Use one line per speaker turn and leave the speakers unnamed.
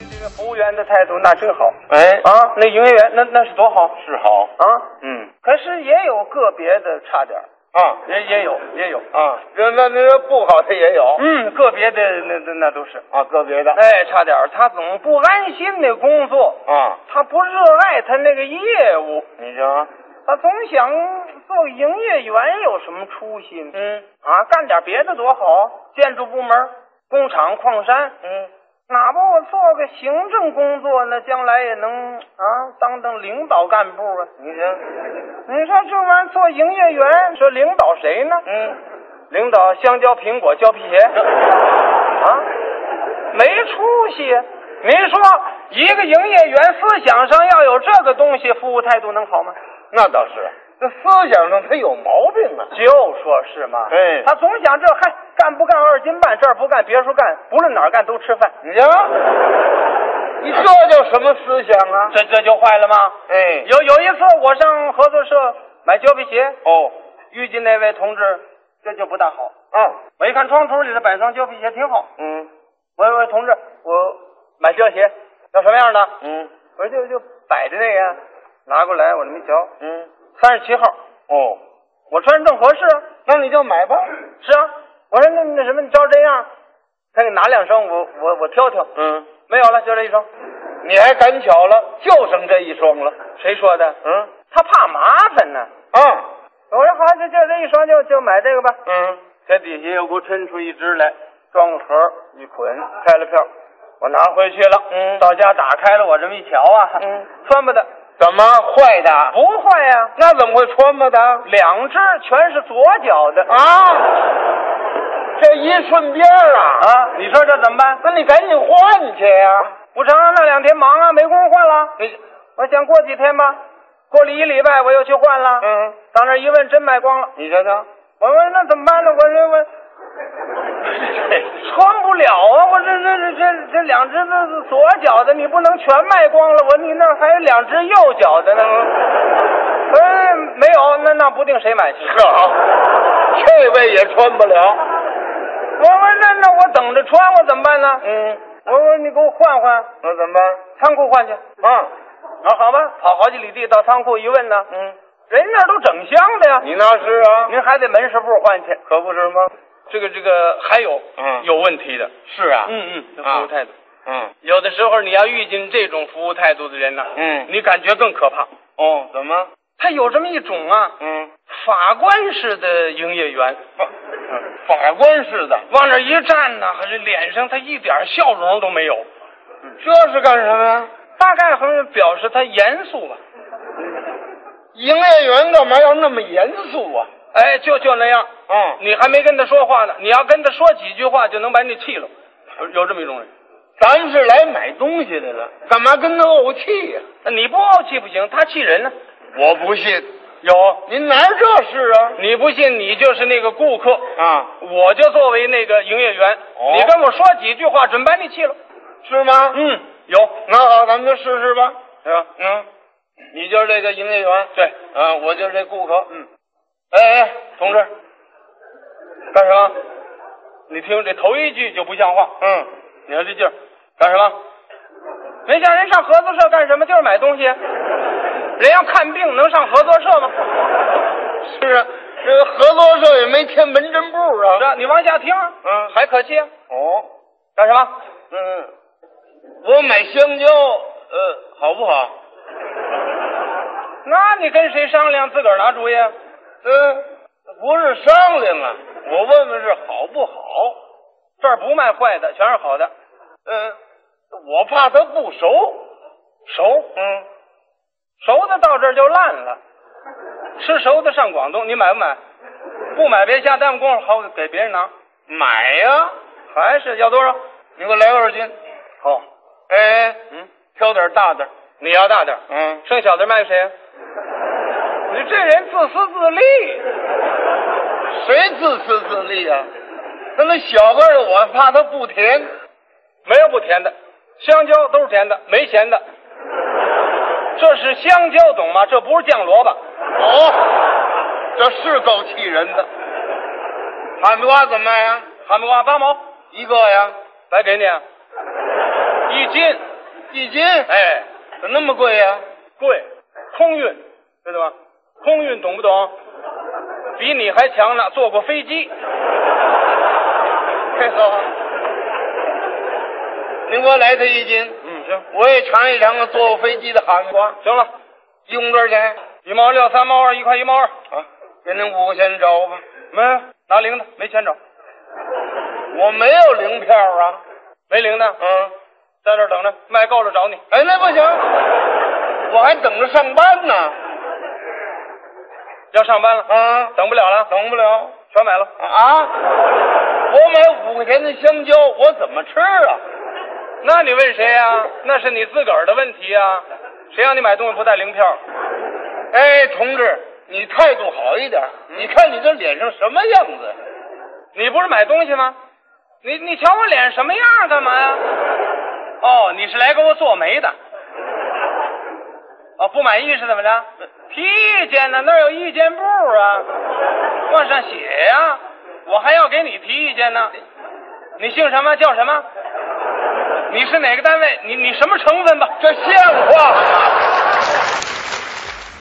是服务员的态度，那真好
哎，
啊！那营业员那那是多好
是好，
啊！
嗯
可是也有个别的差点儿，
啊
也也有也有，
啊，那那那不好的也有
嗯，个别的那那那都是，
啊，个别的
哎，差点儿他总不安心那工作，
啊，
他不热爱他那个业务，
你啊瞧，
他总想做营业员有什么出息呢？
嗯
啊，干点别的多好，建筑部门、工厂、矿山，
嗯，
哪怕我做个行政工作，那将来也能啊当当领导干部啊。
你瞧，
你说这玩意儿做营业员，说领导谁呢？
嗯，
领导香蕉、苹果、胶皮鞋啊，没出息啊。您说一个营业员思想上要有这个东西，服务态度能好吗？
那倒是，那思想上他有毛病啊，
就说是嘛，
哎
他总想这嗨干不干二斤半，这儿不干别处干，不论哪儿干都吃饭，
你瞧，你这叫什么思想啊？
这这就坏了吗？
哎，
有有一次我上合作社买胶皮鞋，
哦，
遇见那位同志，这就不大好。
啊，
我一看窗橱里的摆双胶皮鞋挺好，
嗯
我说同志，我买这鞋要什么样的？
嗯
我说就就摆着那个，拿过来我这么一瞧，
嗯，
三十七号，
哦，
我穿着正合适啊。
那你就买吧，
是啊，我说那那什么，你照这样，他给拿两双，我我我挑挑。
嗯，
没有了，就这一双。
你还赶巧了，就剩这一双了，
谁说的？
嗯
他怕麻烦呢。
啊，
我说好，就就这一双就，就买这个吧。
嗯，
这底下又给我抻出一只来，装个盒一捆，开了票，我拿回去了。
嗯
到家打开了，我这么一瞧啊，
嗯，
穿不得，
怎么坏的？
不坏呀、
那怎么会穿不得
两只全是左脚的
啊？这一瞬间儿啊，
啊！你说这怎么办？
那你赶紧换去呀、
不成啊，那两天忙啊，没工夫换了。
你
我想过几天吧，过了一礼拜我又去换了。，
嗯，
到那儿一问，真卖光了。
你瞧瞧，
我说那怎么办呢？我这我穿不了啊！我这这这这这两只这是左脚的，你不能全卖光了。我你那儿还有两只右脚的呢。
嗯
哎，没有，那那不定谁买去。
好，
啊
这位也穿不了。
我说那那我等着穿，我怎么办呢？
嗯，
我说你给我换换
那怎么办？
仓库换去。
啊，
啊，好吧，跑好几里地到仓库一问呢，
嗯，
人那儿都整箱的呀。
你那是啊，
您还得门市部换去。
可不是吗？
这个这个还有，
嗯
有问题的，
是啊嗯
嗯嗯，
啊
服务态度，
嗯
有的时候你要遇见这种服务态度的人呢，
嗯，
你感觉更可怕。
哦，怎么？
他有这么一种啊，
嗯，
法官式的营业员，
法法官似的，
往那一站呢，可是脸上他一点笑容都没有，
这是干什么呀？
大概好像表示他严肃吧，
营业员干嘛要那么严肃啊？
哎，就就那样，
嗯，
你还没跟他说话呢，你要跟他说几句话就能把你气了，有有这么一种人，
咱是来买东西的了，干嘛跟他怄气呀、
你不傲气不行，他气人呢。
我不信，
有，
您哪有这事啊？
你不信，你就是那个顾客。
啊，
我就作为那个营业员，
哦
你跟我说几句话，准把你气了。
是吗？
嗯，有，
那好，咱们就试试吧。
是吧？
嗯，你就是这个营业员，
对，
啊，我就是这顾客。
嗯，
哎哎，同志，
干什么？你听这头一句就不像话，
嗯，
你看这劲儿，干什么？人家人上合作社干什么？就是买东西。人要看病能上合作社吗？
是啊，这个合作社也没贴门诊部
是
啊。
吧？你往下听啊，
嗯
还可气啊？
哦，
干什么？
嗯，我买香蕉，呃，好不好？
那你跟谁商量？自个儿拿主意啊？
嗯，不是商量啊，我问问是好不好？
这儿不卖坏的，全是好的。
嗯，我怕他不熟。
熟
嗯，
熟的到这儿就烂了，吃熟的上广东，你买不买？不买别瞎耽误工夫，好给别人拿。
买呀、
还是要多少？
你给我来二斤。
好，
哎，
嗯，
挑点大的。
你要大点儿，
嗯，
剩小的卖给谁啊？你这人自私自利，
谁自私自利啊？那那小个儿，我怕它不甜。
没有不甜的，香蕉都是甜的，没咸的。这是香蕉，懂吗？这不是酱萝卜。
哦，这是够气人的。哈密瓜怎么卖呀、啊
哈密瓜八毛，
一个呀？
白给你啊一斤，
一斤，哎，怎么那么贵呀、
贵，空运，知道吗？空运懂不懂？比你还强呢，坐过飞 机。啊
嘿呵您给我来它一斤，
嗯，行，
我也尝一尝坐飞机的寒瓜。
行了，
一共多少钱？
一毛六，三毛二，一块一毛二。
啊，给您五块钱找吧。
没拿零的，没钱找，
我没有零票啊。
没零的，
嗯，
在这儿等着，卖够了找你。
哎，那不行，我还等着上班呢。
要上班了，
啊，
等不了了，
等不了
全买了。
啊！我买五块钱的香蕉，我怎么吃啊？
那你问谁呀、那是你自个儿的问题呀、谁让你买东西不带零票？
哎，同志，你态度好一点，你看你这脸上什么样子？
你不是买东西吗？你你瞧我脸什么样儿干嘛呀？哦，你是来给我做媒的？哦，不满意是怎么着？提意见呢？那儿有意见簿啊，往上写呀、我还要给你提意见呢。你姓什么？叫什么？你是哪个单位？你你什么成分吧？
这像话吗？